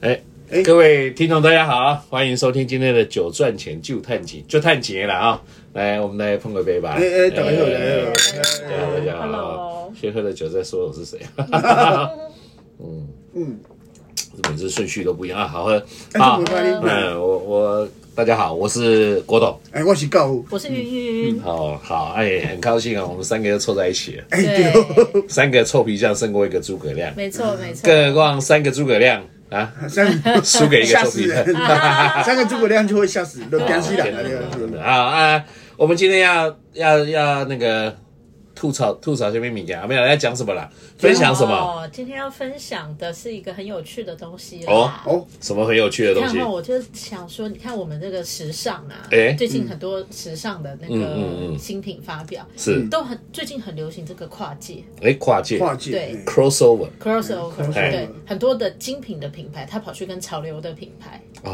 哎、哎各位听众大家好，欢迎收听今天的《酒赚钱就探钱就探钱》了啊！来，我们来碰个杯吧。哎哎，等一下，等一下，大家好，大家好 Hello。先喝了酒再说我是 谁，嗯，每次顺序都不一样啊。好喝哎，啊没，关系，嗯，我我大家好，我是郭董。哎，我是教父，我是云云云，哦，好，哎，很高兴啊，我们三个又凑在一起了，哎对，对，三个臭皮匠胜过一个诸葛亮， 没错没错，更何况三个诸葛亮啊，三输给一个吓臭死皮匠。人，三个诸葛亮就会吓死人，都啊僵尸人天哪了，这真个的啊啊！我们今天要要要那个吐槽吐槽这边米家，没有要讲什么啦，分享什么？哦？今天要分享的是一个很有趣的东西啦哦哦，什么很有趣的你东看西嘛，？我就想说，你看我们这个时尚啊，哎最近很多时尚的那嗯嗯个嗯新品发表，是都很最近很流行这个跨界哎，跨界嗯跨界，嗯 crossover crossover， crossover 对，很多的精品的品牌，它跑去跟潮流的品牌，啊，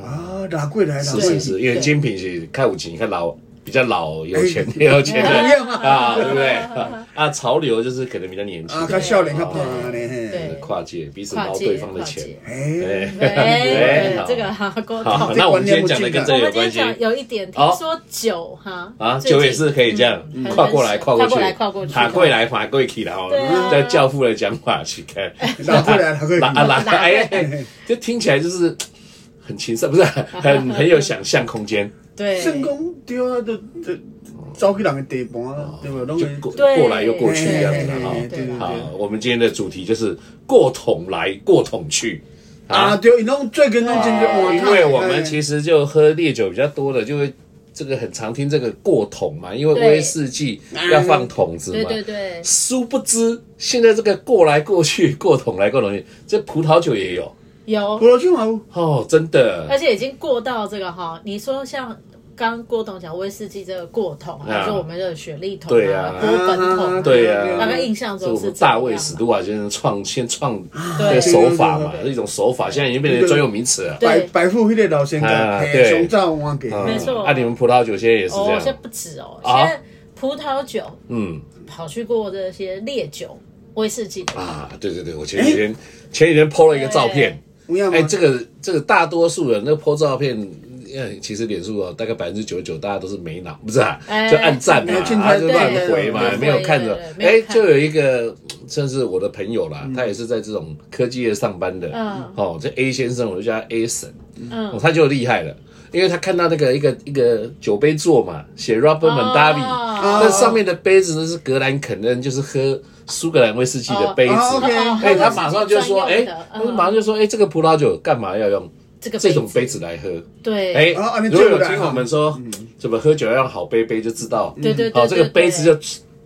啊，拿过来，拿是过来是，是，因为对精品是看五级，看老比较老有钱有钱不人要嘛，啊，对不对？ 啊啊，潮流就是可能比较年轻嗯啊，的较笑脸，较胖啊，对呢，跨界，彼此跨捞界对方的跨钱 界。哎，哎哎好，这个哈，沟通。好，这那我观们今念天不讲的进跟啊这个有我们今关天系。讲有一点，听哦说酒哈啊，最近酒也是可以这样嗯很跨过来、跨过去、跨过来跨过去塔过来、爬过去然后对啊在教父的讲法去看，拿过来，拿过拉啊来，拉，哎，就听起来就是很情 色，不是很很有想象空间，对，成功对啊，都都走去人的地盘啊，对不？拢就会过对过来又过去这样子对哈。对对好，我们今天的主题就是过桶来过桶去啊，啊，对，拢最近拢真正换因为我们其实就喝烈酒比较多的，就会。这个很常听这个过桶嘛，因为对威士忌要放桶子嘛，对对对，殊不知，现在这个过来过去、过桶来过桶去，这葡萄酒也有有葡，萄酒嘛有，哦，真而的。且已经过到这个哈，你说像。刚刚郭董讲威士忌这个过桶，啊还是我们的雪莉桶对啊波本桶，对呀、大啊，概印象这中我是们这大样卫嘛史都瓦先生创先创这对个手法嘛对对对，一种手法，现在已经变成专有名词了。白对，白富迄个老先啊生，对嘿，胸罩换给，嗯没错啊，你们葡萄酒现在也是哦，这现在样，不止哦，现啊在葡萄酒嗯跑去过这些烈酒、威士忌的，啊，对对对，我前几天前几天 PO 了一个照片，有影哎，吗这？个这个大多数人那个 PO 照片。呃，其实脸书哦，大概百分之九十九大家都是没脑，不是啊，哎就按赞嘛，没有进啊餐就乱对回嘛对，对没有看对着对。没有哎，看就有一个，甚至我的朋友嗯啦，他也是在这种科技业上班的，嗯哦，这 A 先生，我就叫他 A 神，哦嗯，他就厉害了，因为他看到那个一个一个酒杯座嘛，写 Robert Mondavi，哦那上面的杯子呢是格兰肯恩，就是喝苏格兰威士忌的杯子，哦，OK 哦哎、他马上就说，专哎、用的他马上就说，哎、这个葡萄酒干嘛要用这个这种子杯子来喝？对，哎、哦啊你嗯如果有这个来听哈我们说怎么喝酒要用好杯杯，就知道，对对对好、对这个杯子就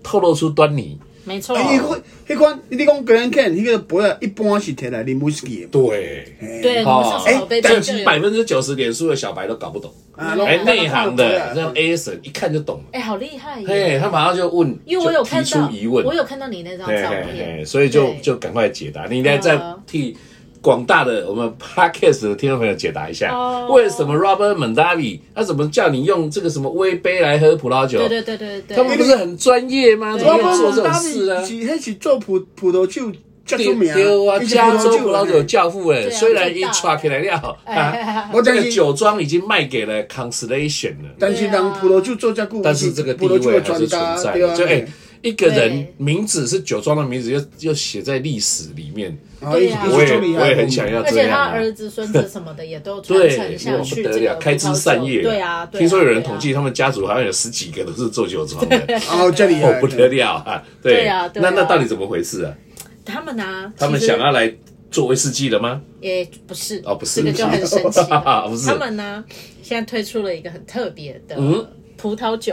透露出端倪。没错，哎，迄迄款你讲 Grand Can 迄个杯啊，一般是摕来啉 whisky 的，对，对，我们上次哎宝贝这杯个就有百分之九十脸书的小白都搞不懂，啊哎、内行啊的，这像 A 神一看就懂了。哎、好厉害耶！嘿，他马上就问，因为我有就看提出到疑问，我有看到你那张嘿照嘿片嘿，，哦所以就对就赶快解答。你应该再嗯替广大的我们 podcast 的听众朋友解答一下，哦为什么 Robert Mondavi 他怎么叫你用这个什么微杯来喝葡萄酒？对对对对对，他们不是很专业吗？怎对么我会们做这种当事啊是？迄是做葡葡萄酒较出名，丢啊！它是加州葡萄酒嘿教父哎、对啊虽然已最大哎抓的起来了，啊，我这但个是酒庄已经卖给了 Constellation 了。但是人葡萄酒做遮久，但是这个地葡萄酒位的还是传存达，在对的。啊，就哎、嘿一个人对名字是酒庄的名字，又又写在历史里面，啊对一啊一我也种厉害我也很想要这而且样、他啊。儿子、孙子什么的也都传对承，下哇不去，得这个了，开枝葡萄散酒叶。对啊，对啊听说有人对啊统计，他们家族好像有十几个都是做酒庄 的，哦，这里哦，不得了啊！对对啊对啊那那到底怎么回事啊？他们呢，他们其实想要来做威士忌的吗？也不是哦不是这个就很神奇了 不是他们呢现在推出了一个很特别的嗯葡萄酒，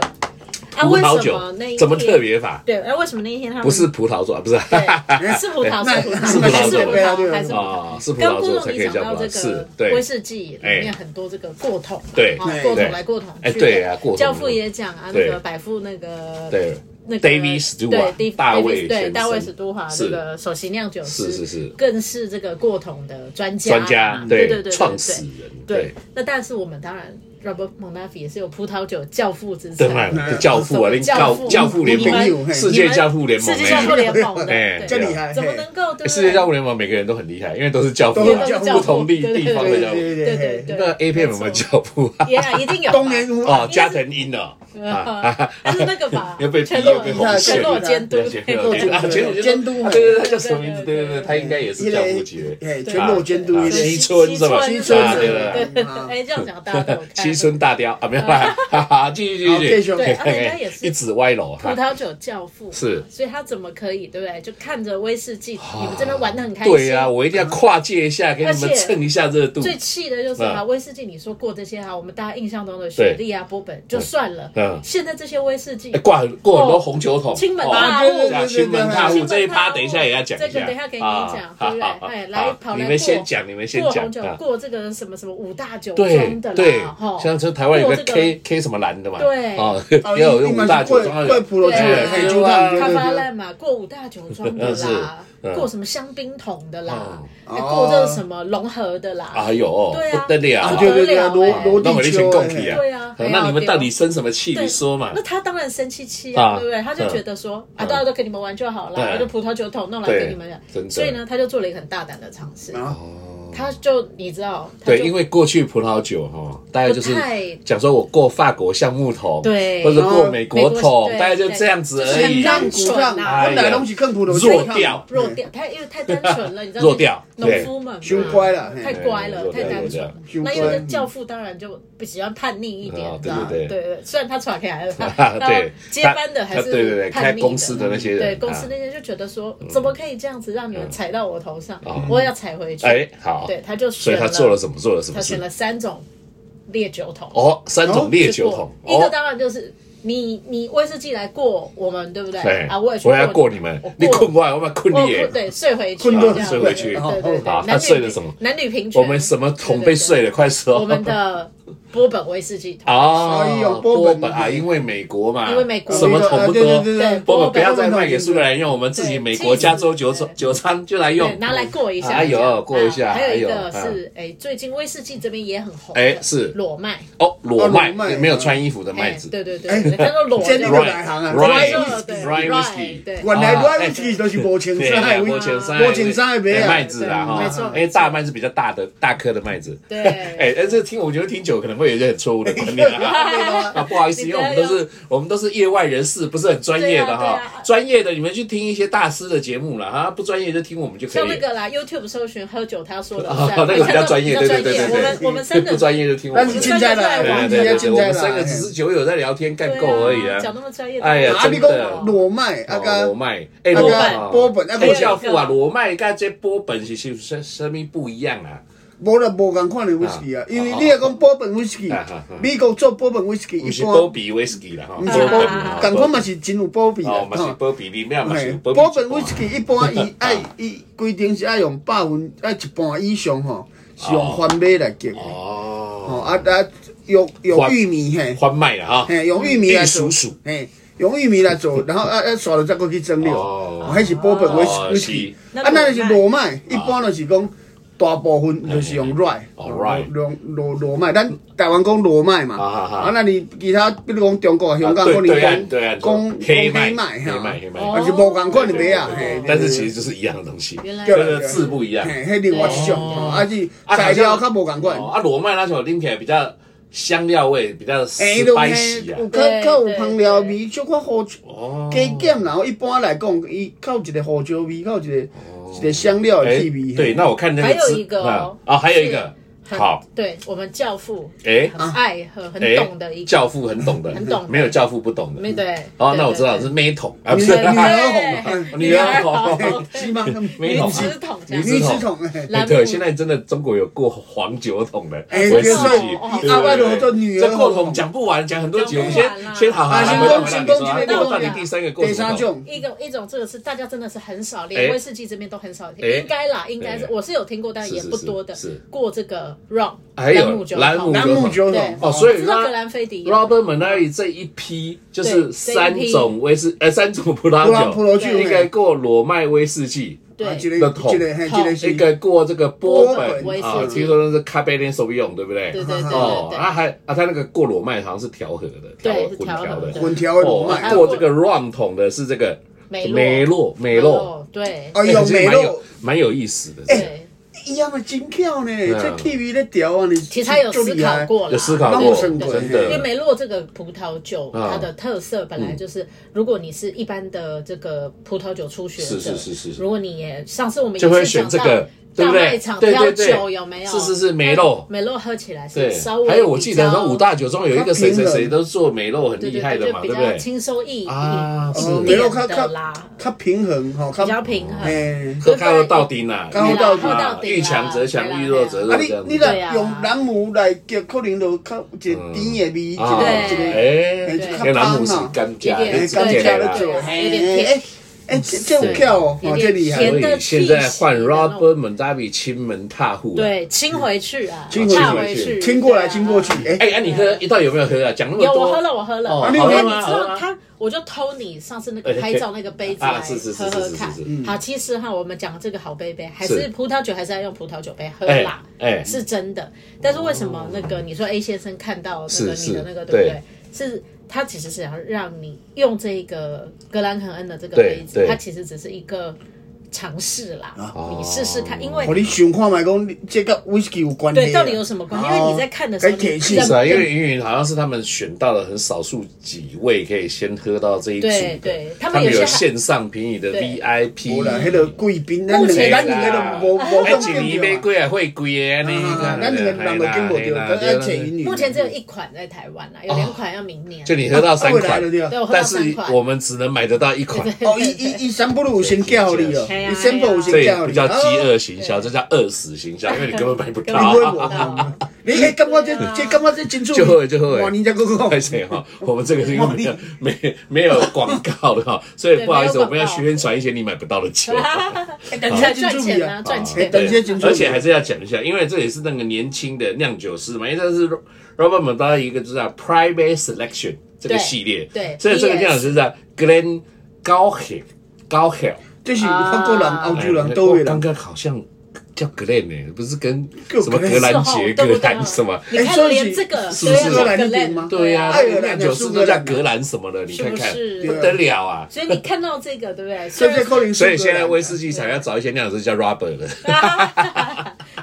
啊，葡为萄什酒么那一怎么天特？别法？对，哎，为什么那一天他们不是葡萄做，啊不是啊对是葡萄，是葡萄， 是葡萄还是酒葡对啊对啊萄，还是葡 萄？啊，是葡跟萄顾做总才你可以讲叫到葡萄，这是个对威。士忌里哎面很多这个过桶嘛，对啊对过对桶来过桶去的，哎对啊过桶教父也讲啊，对那个百富那个对，那个 David Stewart，对，Dave- 大卫 David- 先对生大卫史都华是这个首席酿酒师，是是是更是这个过桶的专家嘛，嗯专家对对对对创始人对。那但是我们当然 Robert Mondavi 也是有葡萄酒教父之当然称，了，教父啊，连教教父教父联你盟，们世界教父联盟，世界教父联盟的，哎对真厉害，怎么嘿能够对不对世界教父联盟每个人都很厉害，因为都是教父都啊，是教父不同地对对对地方对的教父。对对对对对对，那 A 片有没有教父啊？也一定有吧，东 联哦，啊，加藤鹰哦，啊，他是那 个吧又被，全又裸被红线全裸监督 对，监督啊，监监督督哦监督啊对对，对他叫什么名字？对对对，他应该也是教父级的。哎，全裸监督啊一类西村是吧西西村村啊对对对对对对啊哎，这样讲大家 都有看西村大雕啊，没有啦，哈哈，继续好继继续续对啊人家也是一直歪楼葡哈。萄酒教父是啊所以他怎么可以对不对？就看着威士忌，你们这边玩的很开心。对呀、我一定要跨界一下，给你而且们蹭一下热度。最气的就是啊，嗯威士忌，你说过这些啊，我们大家印象中的雪莉啊、波本就算了，嗯现在这些威士忌哎，挂挂很多红酒桶，亲门哦大对对户对，啊亲门踏户这一趴，等一下也要讲一下。哦这个等一下给你讲对不对啊哎好来好跑来你过们先讲，你们先过讲红酒，啊。过这个什么什么五大酒对庄的对啦，吼，像这台湾有个过这个 K K 什么蓝的嘛，对哦，啊要有五英大文是酒贵庄贵有，葡萄酒对，啊嘿酒厂对开对发对，烂嘛，过五大酒庄的 啦，嗯是嗯哦过什么香槟桶的啦，嗯还过这个什么龙河的啦，哎呦，对啊不得了啊啊！对对对，不得了罗哎罗那我地就先球供体哎啊。对啊，好那你们还要到丢底生什么气？对你说嘛那。他当然生气气啊，啊嗯对不对？他就觉得说啊，大家都跟你们玩就好了，对我就葡萄酒桶弄来对给你们真的哦所以呢，他就做了一个很大胆的尝试，啊，他就你知道，他对，就因为过去葡萄酒哈，大概就是不太讲说我过法国橡木桶，对哦或者过美美国国桶，对大概就这样子而对已对。香哎古上，本来拢是更葡萄酒，哎弱掉弱掉，太因为太单纯了，你知道吗弱掉农对夫们嘛太乖了嘿太乖了，弱太掉单弱纯掉了。羞那乖因为这教父当然就比较叛逆一点，哦你知道吗对对对对对，虽然他传给来 了，哈然后对接班的还他对对是对叛逆开公司的那些人对公司啊那些就觉得说，怎么可以这样子让你们踩到我头上哦？我要踩回去。哎，好，对，他就所选以他做了什么？做了什他么选了事？三种烈酒桶，哦，三种烈酒过桶，一个哦，当然就是你你威士忌来过我们，对不对？对啊，我也去哎我要过过你们我过，你困不来，我们困我你耶。对睡回去，困这顿样睡回去对对对对，哦好男女他睡了什么男女平权，我们什么桶被对睡了？快对说。对我们的波本威士忌 桶，哦，哎呦波波本本啊，因为美国嘛，因为美国什么桶不对对多，对对，波本不要再卖给苏格兰用，我们自己美国加州酒对酒仓就来对，用，拿来过一下，哎呦这样过一下啊还有一哎个呦是哎，最近威士忌这边也很红的，哎是裸麦，哦，裸麦哦裸麦没有穿衣服的麦哎子，对对对，对他说裸真的的裸来行啊 Rye 的对 Rye Rye， whisky 对。原来我们其实都是无清啊哎对，菜，波前山，啊无清菜哎买啊麦，子啊对没哈错，因为大麦是比较大的大颗的麦子，对 哎，哎，这听我觉得听久可能会有一些很错误的观念 啊，啊不好意思，你因不为我要们都是我们都是业外人士，不是很专业对的啊对哈啊，专业的你们去听一些大师的节目了哈，不专业就听我们就可像以那了，个啦，YouTube 搜寻喝酒，他说的啊 算那个比较专业比较专对对对对我们我们三个不专业就听我但们是的。现在来，对我啊们对今啊对啊，天现我在们三个只来。是酒友在聊天干对啊够而已啊。讲那么专业，哎呀啊，你讲裸麦，啊哦个罗麦，哎，那罗个麦，波本那个哎教父啊，罗麦跟这波本是是什什么不一样啊？无啦，无共款的 whisky 啊，因为你若讲波本 whisky，美国做波本 whisky 啊不一是波般，比威士忌啦，哈，毋波是波本啊，共款嘛是真有波比哦啊，，嘛是波比，里面嘛是有波比波本一半 whisky 一般伊爱伊规定是爱用百分爱一半以上吼，是用番麦来结的，吼哦，啊啊用用玉米嘿，欢麦了哈，嘿哎用玉米来做玉蜀黍，嘿用玉米 来做，然后啊啊刷了再过去蒸馏，哦还是波本哦 whisky，是啊那就是裸麦，一般就是讲。大部分就是用 rye，哎哦，rye 用裸裸麦，咱台湾讲裸麦嘛，啊啊啊啊，那你其他比如讲中国、香啊港，对可能对讲岸对岸讲黑黑麦麦黑麦哈，黑哦麦，但是无共款的麦啊对，嘿但是其实就是一样的东西，原来这个字不一样。嘿，迄另外一种，哦吼啊是啊材料较无共款哦，啊，罗麦那种拎起来比较香料味，比较哎， spicy 迄啊种。有较较有香料味，小可好哦加减啦。一般来讲，伊较有一个胡椒味，较有一个一个香料的哎气味。对，嘿，那我看那个还有字一个哦啊，啊还有一个很好，，对我们教父哎很爱喝、很哎懂的一，个，教父很懂的，很懂的没有教父不懂的。没对。哦，对那我知道对是妹桶啊，不女是儿女儿对红哎哎， 女儿 红 对是吗？没对有啊女子桶这女样女子子桶桶 哎，兰哎姆对，现在真的中国有过黄酒桶的哎威士忌哦哦，对啊我对就对做女儿这过红桶讲不完，讲很多集，我们讲先不先好完啦好啊好先好讲好先好好讲这哦个啊那我过到桶底啦第三啊个过第什么三桶？种，一个一种这个是大家真的是很少哎练，威士忌这边都很少哎练，应该啦，应该是哎我是有听过，但也不多的是是是。过这个 rum，还有姆酒桶，兰姆楠木酒对桶。哦，所以知道那格兰菲迪有 Robert m o n a r i 这一批就是对这一三批种威士，呃，三种葡萄葡萄酒，葡萄酒应该过裸麦威士忌，啊，对这那个桶这个嘿，这个一是个过这个波波本本威士忌啊，听说那是咖啡店手用，对不对？对对对哦，对啊还啊，它那个过裸麦好像是调和的，调对和是混调调和的。的混调的哦无还卖有，过这个 rum 桶的是这个美洛美洛美洛，，对哎呦其实美蛮肉有，蛮有意思的，这个对，一样的真巧呢，啊这 TV 在调啊，你其实他有思考，过了，有思考那过，我胜过真因为的梅洛这个葡萄酒，啊它的特色本来就是，如果你是一般的这个葡萄酒初学者，是是是是是如果你也上次我们也就会是选讲这到个，对不大卖对场？对挑对酒对，有没有？哎是是是梅洛，梅洛喝起来是对稍微比，较，还有我记得说五大酒庄有一个谁它谁平衡谁都做美肉很对厉对害对，的就嘛，比对不较对？轻松易啊是梅肉嗯一一点较的较啦，较平衡吼，较比较平衡。嘿。喝咖啡到底呐，喝到底啊喝到底啦遇强则强对，啦遇弱则弱啊，这你样你子。若对啊用蓝姆来叫，可能就较有一个甜的味，一啊，个一个哎，对跟兰姆是干一架，点是干哎甘对架的蔗的啦。酒，对有嘿点哎甜哎哎，这这有跳哦，有哦，点这厉害甜所，以现在换甜的 Robert Mondavi 亲门踏户。，对，亲回去啊，亲回去踏回去，亲过来对啊亲过去，哎，哎哎，你喝一道有没有喝啊？讲那么多。有，我喝了，我喝了。哦因啊你为有喝你吗知喝道吗他，我就偷你上次那哎个嘿拍照那个杯子啊来是是是喝喝是是看是。嗯好，其实哈，我们讲这个好杯杯，还是是葡萄酒还是要用葡萄酒杯喝哎啦，哎，是真的。但是为什么那个你说 A 先生看到那个是你是的那个对对不对？是他其实是想让你用这个格兰肯恩的这个对杯子对，它其实只是一个尝试啦，啊你试试看，因为哦我你想看卖讲这跟 whisky 有关系啊，对到底有什么关系？因为你在看的时候，该铁你气是啊，忍因为云云好像是他们选到了很少数几位可以先喝到这一组的对，对他他们们有些有还线上便宜的对 VIP，无啦，迄个贵宾，咱两目个啊前咱两个都无无哎，当一年见买着几啊，会贵的呢？啊，你看咱两个人都见无嘿啦着，嘿咱啦爱请云目前只有一款在台湾啦，有两款要明年。就你喝到三啊啊款未来就对了对我，喝到但三是款我们只能买得到一款，哦，伊伊伊三不如有先叫你哦，对伊三不有这先也叫不你，叫饥啊饿行销，这叫饿死行销，因为你根本买不你到买根。无啊？你哎，感觉这这感觉这真趣就味好就好哇，你再讲 讲而。且哈，我们这个是因为哦没有没没有广告的哈，所以对不好意思，没有广我告们要宣传一些你买不到的酒。等赚钱啊，赚哎 钱。等一下进去而且还是要讲一下，因为这也是那个年轻的酿酒师嘛，因为这是 Robert m o n d a 一个就是啊 Private Selection 这个系列，对对所以这个酿酒师是啊 Glen 高 hill 高 hill，这是法国人、澳洲人、都哎我会刚人。刚好像叫 Glen 呢、不是跟叫什么 Glen 格兰哦杰、格兰什么？你哎看连这个啊是不是格格兰一兰点吗对呀、哎爱尔兰的酿酒师都叫格兰什么的，你是看不看是不得了啊！所以你看到这个对 不对？这这可能所以现在威士忌厂要找一些酿酒师叫 Robert 的，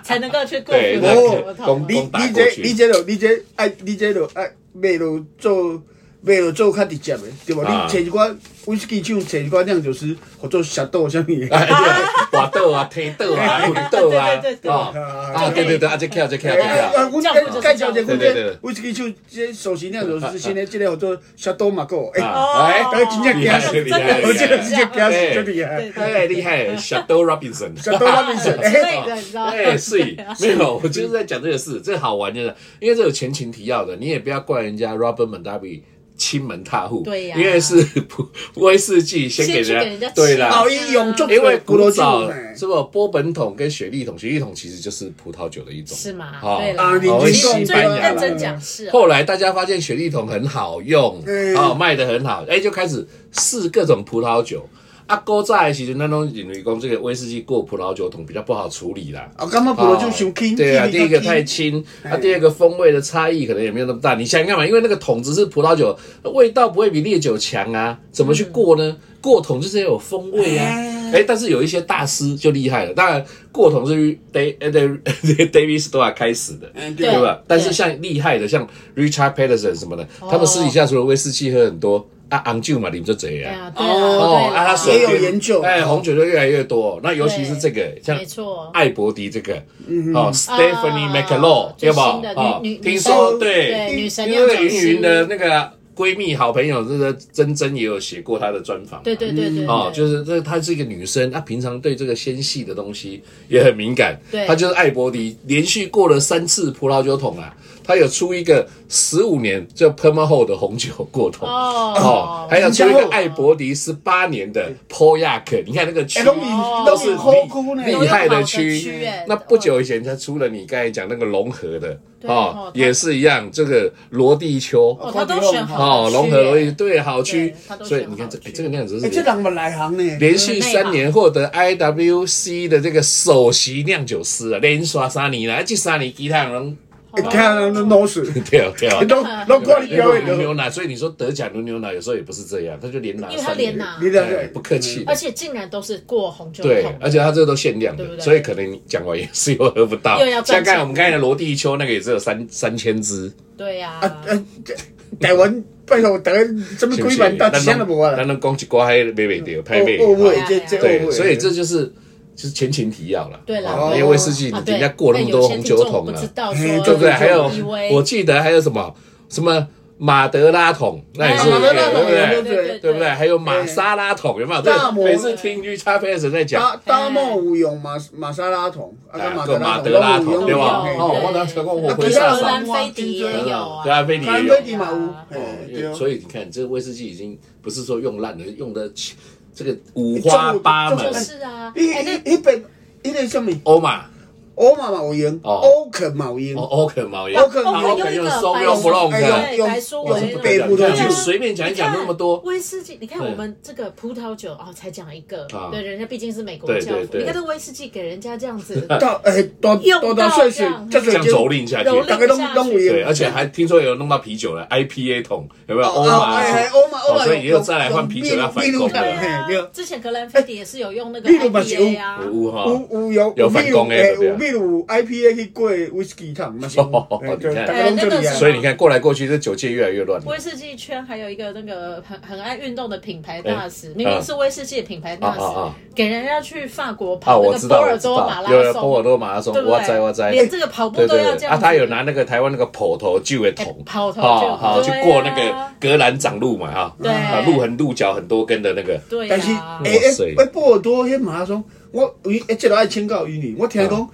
才能够去过葡哦萄酒，懂你你这你这就你这爱你这就爱卖就做卖就做较直接的，对无？啊你找一寡威士忌厂，找一寡酿酒师，或做小豆啥物的。 哎对，滑豆啊、推豆啊、滚豆啊，哦啊，对对对，啊，这跳这跳这哎，跳，我介绍者，阮这威士忌厂这首席酿酒师，现在这个叫做小豆嘛个，哎，啊，哎，我这个直接表示就厉害，太哎厉害了，Shadow Robinson。哦小豆那 边是，之哎，类的，你知道吗？啊哎， 所以没有，我就是在讲这个事，这好玩就是，因为这有前情提要的，你也不要怪人家 Robert m o n d a v i 亲门踏户，对呀因为是普威士忌先给先去给人人家家，对亲啦哦，，伊用足因为古早哎是不波本桶跟雪莉桶，雪莉桶其实就是葡萄酒的一种，是吗？哦对啊了，你其你实西最班牙认啦真讲是啊，后来大家发现雪莉桶很好用，嗯哦，卖的很好，哎、就开始试各种葡萄酒。啊，古早的时阵，咱拢认为讲这个威士忌过葡萄酒桶比较不好处理啦。我感觉葡萄酒伤轻，对啊，气第味一个较太轻轻，啊，哎第二个风味的差异可能也没有那么大。你想想看嘛，因为那个桶子是葡萄酒，味道不会比烈酒强啊，怎么去过嗯呢？过桶就是要有风味啊。哎，但是有一些大师就厉害了，当然过桶是 Day 呃 Day David Stoa 开始的，嗯哎对哦对吧对？但是像厉害的，像 Richard Patterson 什么的，他们私底下除了威士忌喝很多，啊，昂酒嘛，你们就这对样。啊，对哦，啊，他啊，手对也啦，有边研究哎，红酒就越来越多。那尤其是这个，像没错。艾伯迪这个，哦，Stephanie McLaw，嗯啊最对新吧？的哦女女，听女说神对，对女神因为那酿个酒云云师，的那个闺蜜好朋友，这个珍珍也有写过她的专访嘛，对对对对对，哦，就是这她是一个女生，她平常对这个纤细的东西也很敏感。对她就是艾伯迪，连续过了三次葡萄酒桶啊，她有出一个十五年叫 Perma h o 的红酒过桶。哦，还有出一个艾伯迪十八年的 p o y a k 你看那个啊区哎，拢是哦拢是好久呢哎厉厉害的都有好的区区耶。那不久以前，他出了你刚才讲那个融合的对哦哦，它也是一样，这个罗地丘哦，他都选好哦，融合容易对好区对它，都所以选你看好这、区嗯哎这个酿酒哎，师这连人嘛内行呢，连续三年获得 IWC 的这个首席酿酒师啊，连刷三年了，这三年其他人拢一看人都脑 水，，对对啊都都看你表 演轮流的，拿，所以你说得奖轮流拿，有时候也不是这样，他就连拿，因为他连拿，你两个不客气而且竟然都是过红酒对桶，，而且他这个都限量的，对不对所以可能你讲完也是又喝不到又要。赚像钱刚才我们刚才的罗地秋那个也只有三三千支，对呀啊，啊，这台湾拜托大家什么是不几是？万大咱千都无啊咱，咱讲一挂还卖袂掉，拍卖哦哦喂不好这这哦对，喂所以这就是就是前情提要了。对啦哦对因为威士忌你啊，人对，家过那么多红酒桶不知了，道嘿说对对不对？还有以为我记得还有什么什么马德拉桶，那哎也是一马啊个德拉对桶不也对是？对不对？？还有玛莎拉桶有没有？对大，摩每次听 G 叉 P S 在讲，啊大大帽有用马马莎拉桶，啊，跟个马马德德拉拉桶桶拢对有吧？用，哦，对我当时讲我啊回其他上人山。兰菲迪也有啊，对啊菲迪也兰有菲迪嘛有，嘿对哦，哦所以你看，这个威士忌已经不是说用烂了，用的这个哎五花八重门就重。是啊，伊哎，那伊伊边伊个什么？欧玛，欧嘛嘛有用，哦欧肯嘛有用哦，，欧肯嘛，也欧肯啊有欧用肯哦一用个松白用松 blonde，哎对，用白苏我用维是用不得那北了部你的看对啊就随便讲一讲那么多。威士忌，你看对我们这个葡萄酒哦，才讲一个啊，对，人家毕竟是美国对教对父，对你看这威士忌给人家这样 子到哎多多多岁岁，这这水样就蹂躏下去蹂，躏大家拢拢有用对，，而且还听说有弄到啤酒了，IPA 桶有没有？欧哦，玛哎哎桶，欧嘛欧哦嘛，所以也有再来换啤酒要反攻对了嘿对啊，之前格兰菲迪也是有 用那个秘鲁嘛是有 IPA 啊，有哈，有有有有有反秘攻鲁的诶，对有不秘鲁 IPA 去过威士忌桶嘛是，哦哎你对看大家拢这里哎那个啊是。所以你看过来过去，这酒界越来越乱了威。士忌圈还有一个那个很很爱运动的品牌大使，明明是威士忌的品牌大使，哎啊啊啊给人家去法国啊，跑那我个知波道，我尔知多马道，拉有有松，波尔多马拉松对，不对哇塞哇塞，连这个跑步对都对要这对，啊，样子。他有拿那个台湾那个跑头旧的桶哎，跑头旧哦好去对啊过那个格兰长路嘛哈，对啊路很鹿角很多根的那个，对但是啊，诶哇塞诶诶，波尔多迄马拉松，我有一一直都爱请教伊呢。我听讲，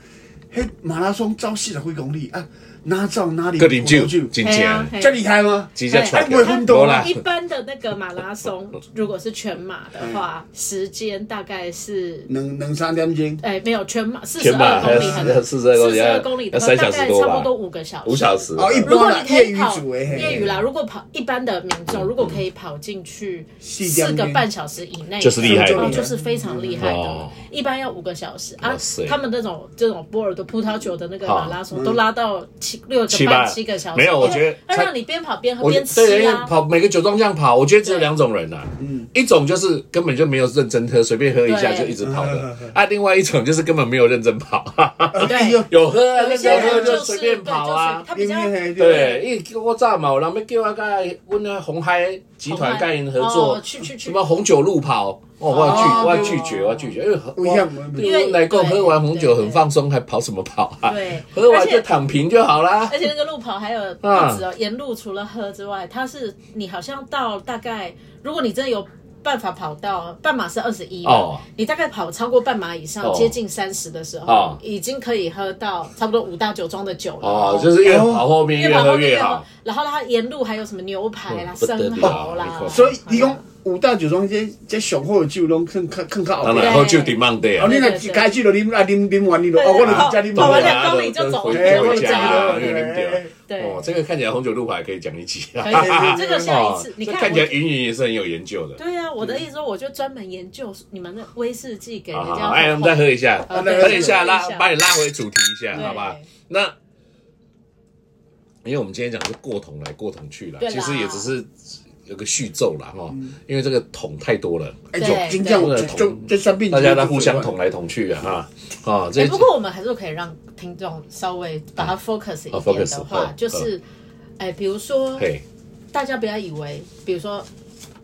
迄马拉松走四十几公里啊，哪走哪里个啉酒葡萄酒，真嘿啊正嘿这厉害吗？直接出来哎我很懂没啊啦一，般的那个马拉 松，如果是全马的嗯话，时间大概是。两两三点钟，哎，没有全马，四十全马二公里还很要42公里42公里的话，要三大小时概多吧差不多五个小时，五小时，啊哦一如果你可业以余跑组哎诶，嘿业余啦，如果跑一般的民嗯众，如果可以跑进去四个半小时以内，就是厉害的哦就是非常厉害哦的。一般要五个小时哇啊塞，他们那种这种波尔多葡萄酒的那个好马拉松都拉到七六七个八半七个小时，没有我觉得要他让你边跑边喝我边对吃因为啊。跑每个酒庄这样跑，我觉得只有两种人呐、嗯，一种就是根本就没有认真喝，随便喝一下对就一直跑的嗯嗯；啊，另外一种就是根本没有认真跑， 哈哈哈哎对呦，有喝啊，有一认些真喝人就是随便跑啊对。就随他比较。嘿对，因为叫我炸嘛，有人要叫我跟阮那红海集团跟因合作，哦去去去什么红酒路跑，哦，我要拒，哦我要拒绝，我要拒绝，因为喝不一样不一对样我来讲，因为喝完红酒对对很放松，还跑什么跑啊？对喝完而且就躺平就好啦。而且那个路跑还有不啊止哦，沿路除了喝之外，它是你好像到大概，如果你真的有办法跑到半马是二十一哦你大概跑超过半马以上，哦接近三十的时候，哦已经可以喝到差不多五大酒庄的酒了哦，就是越跑后面越跑喝后面越哎越好好。。然后它沿路还有什么牛排啦、嗯不得生了蚝你啦看，所以伊讲五大酒庄这这上好的酒拢更较更较后当面。然，对后就 demand 哦， day 你若对对对开酒就啉啊啉啉完你就对哦，我就跑回家啉跑完完。两公里就走回回家，家回家，对因为对对对哦，这个看起来红酒路牌可以讲一集啊可。以这个下一次哦，你这看看起来我。云云也是很有研究的。对啊，我的意思说，我就专门研究你们的威士忌给好人好家好，哎，我们再喝一下，喝好一下，呃对拉喝一下把你拉回主题一下，对哎好吧？那。因为我们今天讲是过桶来过桶去了对，啦其实也只是有个序奏啦哈，因为这个桶太多了，嗯哎，对就真正有这这这三病，大家在互相捅来捅去啊哈啊，哎、这不过我们还是可以让听众稍微把它 focus 哦一点 focus，的话，嗯就是，哎、比如说嘿大家不要以为，比如说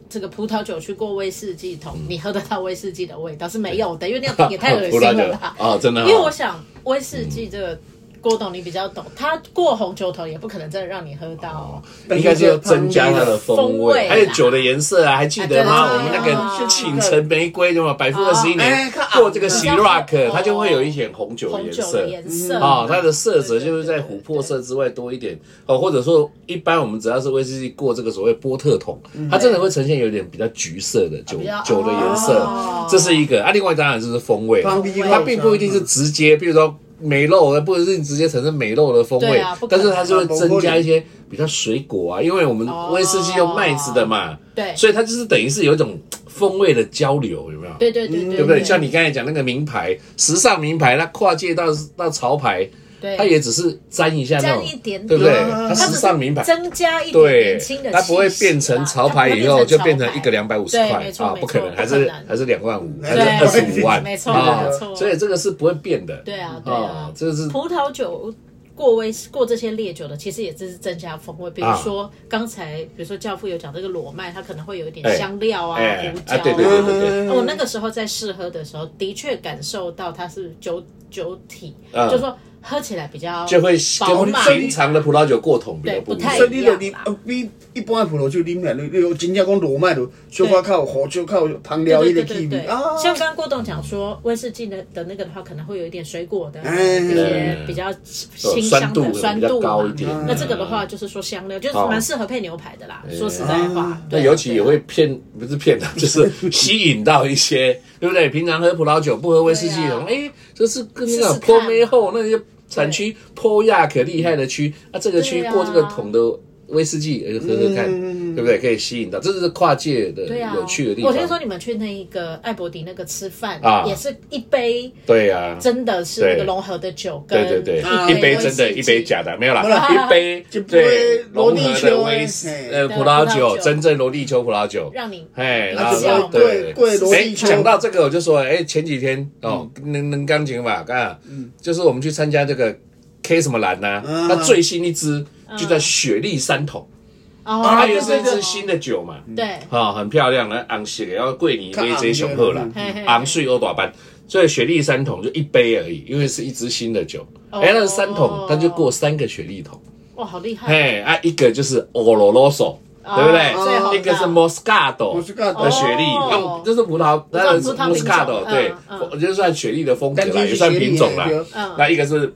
这个葡萄酒去过威士忌桶，嗯你喝得到威士忌的味道是没有的，因为那样也太 恶葡心萄酒嗯了吧。啊，真的 因哈，为我想威士忌这个郭董你比较懂，他过红酒桶也不可能真的让你喝到。哦，应该是要增加它的风风味味，啦还有酒的颜色啊，还记得吗？啊我对们那对个对锦城玫瑰，对吗？百富二十一哦年哎看啊过这个 s i r a 嗯 c 它就会有一点红酒的红颜酒色的。颜色哦，它的色泽就是在琥珀色之外多一点哦，或者说一般我们只要是威士忌过这个所谓波特桶，它真的会呈现有点比较橘色的酒嗯比较酒的颜色哦，这是一个啊。另外当然就是风味，方便它并不一定是直接，比如说梅肉，不是你直接产生梅肉的风对味，啊不可但能是它就会增加一些比较水果啊，因为我们哦威士忌用麦子的嘛，对所以它就是等于是有一种风味的交流，有没有？对对对对，对不对？像你刚才讲那个名牌，时尚名牌，它跨界到到潮牌，对，它也只是沾一下那种沾一，点嗯点对不对？啊它时尚名牌，增加一点对年轻的，气息啦，啊它不会变成潮牌以后就变成一个两百五十对块没错啊，没不可错能，不还可是能还是两万五，还对是二十五万，没错啊没错所以这个是不会变的，对啊对啊啊，，这是葡萄酒过威过这些烈酒的，其实也只是增加风味。比啊如说刚才，比如说教父有讲这个裸麦，它可能会有一点哎香料啊、哎胡椒啊，对对对对对，哦我那个时候在试喝的时候，的确感受到它是酒酒体，嗯就说喝起来比较就会饱跟满。平常的葡萄酒过桶比较对不一不样太所以你就啉，呃比一般的葡萄酒啉起来，你你有真正讲罗麦就小可较有胡椒、较有香料对迄对个对气对味啊。像刚刚郭董讲说，威士忌的的那个的话，可能会有一点水果的哎这些对比较对清酸香度的可能酸比较度高嘛一。点。嗯那这个的话，就是说香料，就是哦蛮适合配牛排的啦。说实在话，哎嗯那对啊尤其也对啊会骗，不是骗 他，就是吸引到一些，对不对？平常喝葡萄酒不喝威士忌的人，对啊哎、就是跟那试个试坡看梅嘛后那些产区坡亚可厉害的区，啊，这个区对啊嗯过这个桶的威士忌，呃喝喝看，对不对？可以吸引到，这就是跨界的对啊，有趣的地我听说方。你们去那一个艾伯迪那个吃饭啊，也是一杯对呀、啊，真的是对那个融合的酒，跟对对对，啊一杯真的，威士忌一杯假的，没有没啦，啦一杯一杯对罗融地合秋的威士哎呃对葡萄葡萄酒，酒真正罗地秋葡萄酒，让你哎，比然较后嘛对贵贵罗嗯哎，地秋，讲到这个，我就说，哎，前几天哦，能能钢琴吧，啊，就是我们去参加这个 K 什么蓝呐，嗯它最新一支就叫雪莉三桶，嗯哦，它对也是一对支对新的酒嘛，对，啊，很漂亮，那昂色的，然后桂林杯这雄鹤啦嗯嘿嘿，昂睡欧大班。所以雪莉三桶就一杯而已，因为是一支新的酒。哎、哦那个三桶它就过三个雪莉桶，哇，好厉害，嘿啊，一个就是欧罗罗索，哦对不对？最红的一个是 Moscato，我是干的雪莉，哦用就是葡萄，萄那葡是萄品种 Moscato，对嗯，嗯我就算雪莉的风格但啦，就是也算品种啦雪莉的。嗯那一个是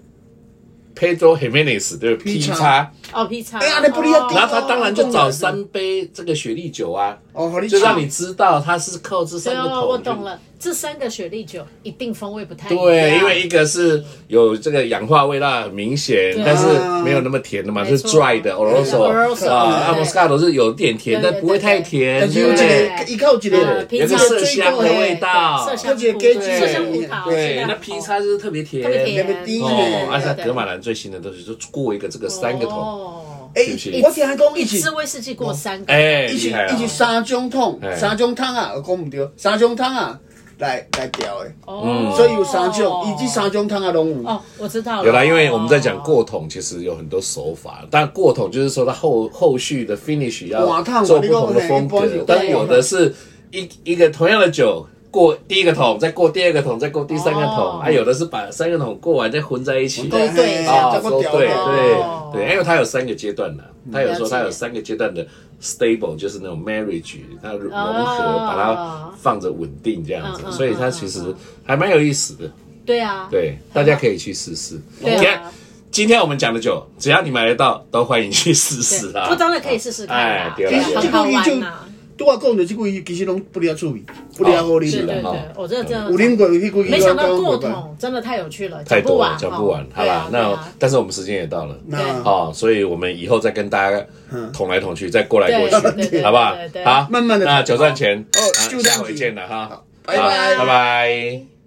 Pedro Jimenez，对，P 劈叉叉，哦，劈叉，哎呀你不厉害哦然后他当然就找三杯这个雪莉酒啊，哦，好你就让试你知道它是靠这对三个哦，我桶懂就。了，这三个雪莉酒一定风味不太一样对，因为一个是有这个氧化味道很明显，对啊但是没有那么甜的嘛，没是错 dry 的 o r o s 对 o Oloroso，啊，那对 Moscato 是有点甜，对对但不会太甜，但是对有不一对？个，伊靠一呃个，有劈个叉麝最香的贵味道麝香而且葡给麝香葡萄，对，现在那劈叉就是特别甜，特别甜，特别低哦对，而且对格马兰最新的东西就过一个这个三个桶，哦哎是不是，我听他讲一一起支威士忌过三个，哎，一厉起害一起啊！三种桶哎，三种桶啊，我讲唔对，三种桶啊，来来调的，哦，所以有三种，以及三种桶啊拢有。哦，我知道了，有啦，因为我们在讲过桶，其实有很多手法，但过桶就是说它后后续的 finish 要哇烫嘛做不同的风格你讲我们一般有，但有的是一一个同样的酒。过第一个桶，再过第二个桶，再过第三个桶，哦还、有的是把三个桶过完再混在一起，勾兑一下啊，再勾过兑，调的对哦对，因为它有三个阶段的，它有说嗯了解它有三个阶段的 stable，就是那种 marriage，它融合，哦把它放着稳定这样子嗯，嗯所以它嗯其实嗯嗯还蛮有意思的，对啊，对，大家可以去试试。对啊你看今天我们讲的酒，只要你买得到，都欢迎去试试啊！不当然可以试试看哎啦，，对啊了其对啦，实很好玩啊呐。对我讲的这句其实拢不离趣味，不哦离好对啉对啦。对，我真的真的有啉过迄句，没想到过桶真的太有趣了，太不多完啊了，，讲不完，好啦，那但是我们时间也到了。那哦，所以我们以后再跟大家捅来捅去，再过来过对对去，对好不好对对？对好，慢慢地那酒赚钱，哦啊就这下样回子见了哈，拜好拜拜拜。